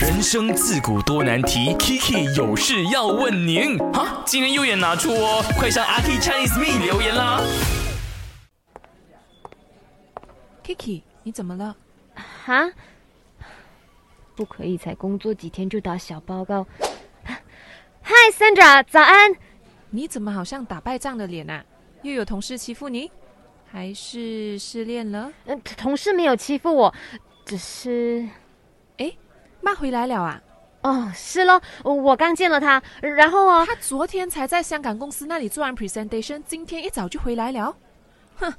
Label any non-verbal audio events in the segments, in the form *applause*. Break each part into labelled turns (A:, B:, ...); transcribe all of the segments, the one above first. A: 人生自古多难题，Kiki 有事要问您。哈，今天右眼拿出哦，快上阿 K Chinese Me 留言啦。
B: Kiki，你怎么了？
C: 哈，啊不可以才工作几天就打小报告。嗨，Sandra，早安。
B: 你怎么好像打败仗的脸啊？又有同事欺负你，还是失恋了？
C: 嗯，同事没有欺负我，只是……
B: 诶，骂回来了啊！
C: 哦，是喽，我刚见了他，然后哦，
B: 他昨天才在香港公司那里做完 presentation，今天一早就回来了。哼，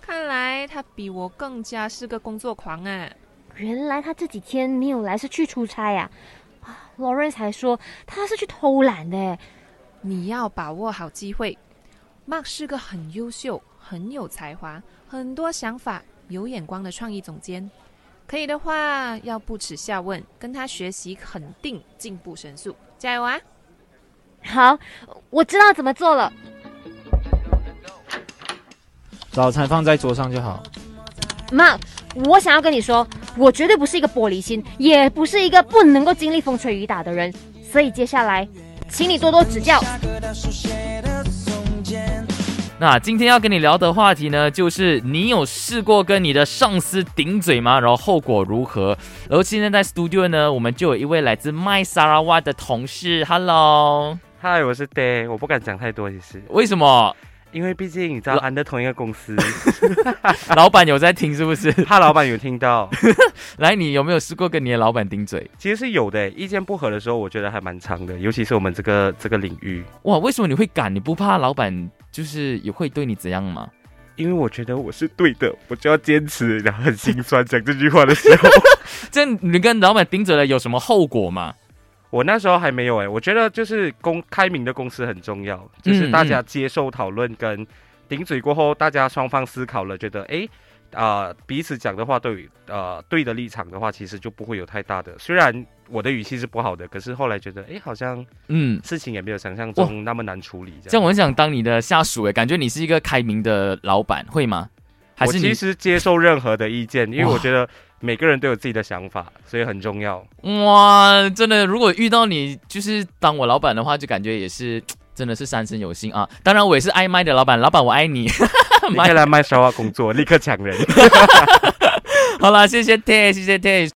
B: 看来他比我更加是个工作狂啊！
C: 原来他这几天没有来是去出差呀、啊。啊，Lawrence 还说他是去偷懒的诶。
B: 你要把握好机会。Mark 是个很优秀、很有才华、很多想法、有眼光的创意总监。可以的话，要不耻下问，跟他学习，肯定进步神速。加油啊！
C: 好，我知道怎么做了。
D: 早餐放在桌上就好。
C: Mark，我想要跟你说，我绝对不是一个玻璃心，也不是一个不能够经历风吹雨打的人，所以接下来，请你多多指教。
E: 那今天要跟你聊的话题呢，就是你有试过跟你的上司顶嘴吗？然后后果如何？然后现在在 studio 呢，我们就有一位来自麦萨拉瓦的同事，Hello，
F: 嗨，我是 Day，我不敢讲太多，其实，
E: 为什么？
F: 因为毕竟你知道，
E: 老
F: 安的同一个公司，
E: 老板有在听是不
A: *laughs*
E: 是？
F: 怕老板有听到，
E: 来，你有没有试过跟你的老板顶嘴？
F: 其实是有的。意见不合的时候，我觉得还蛮长的，尤其是我们这个这个领域，
E: 哇，为什么你会敢？你不怕老板就是也会对你怎样吗？
F: 因为我觉得我是对的，我就要坚持。然后很心酸，讲这句话的时候，
E: 这样你跟老板顶嘴了有什么后果吗？
F: 我那时候还没有哎、我觉得就是公开明的公司很重要，就是大
E: 嗯
F: 家接受讨论跟顶嘴过后，大家双方思考了，觉得诶啊、彼此讲的话都有呃对的立场的话，其实就不会有太大的。虽然我的语气是不好的，可是后来觉得诶好像
E: 嗯，
F: 事情也没有想象中那么难处理。这
E: 这
F: 样
E: 样我很想当你的下属欸诶，感觉你是一个开明的老板，会吗？还
F: 我
E: 是
F: 其
E: 你
F: 实接受任何的意见，因为
E: 哇
F: 我觉得每个人都有自己的想法，所以很
E: *laughs*
F: 重要。
E: 哇，真的，如果遇到你就是当我老板的话，就感觉也是真的是三生有幸啊。当然，我也是爱麦的老板，老板我爱你。 *laughs*
F: 你可以来麦沙瓦工作，立刻抢人。
E: 好啦，谢谢 T，谢谢 T。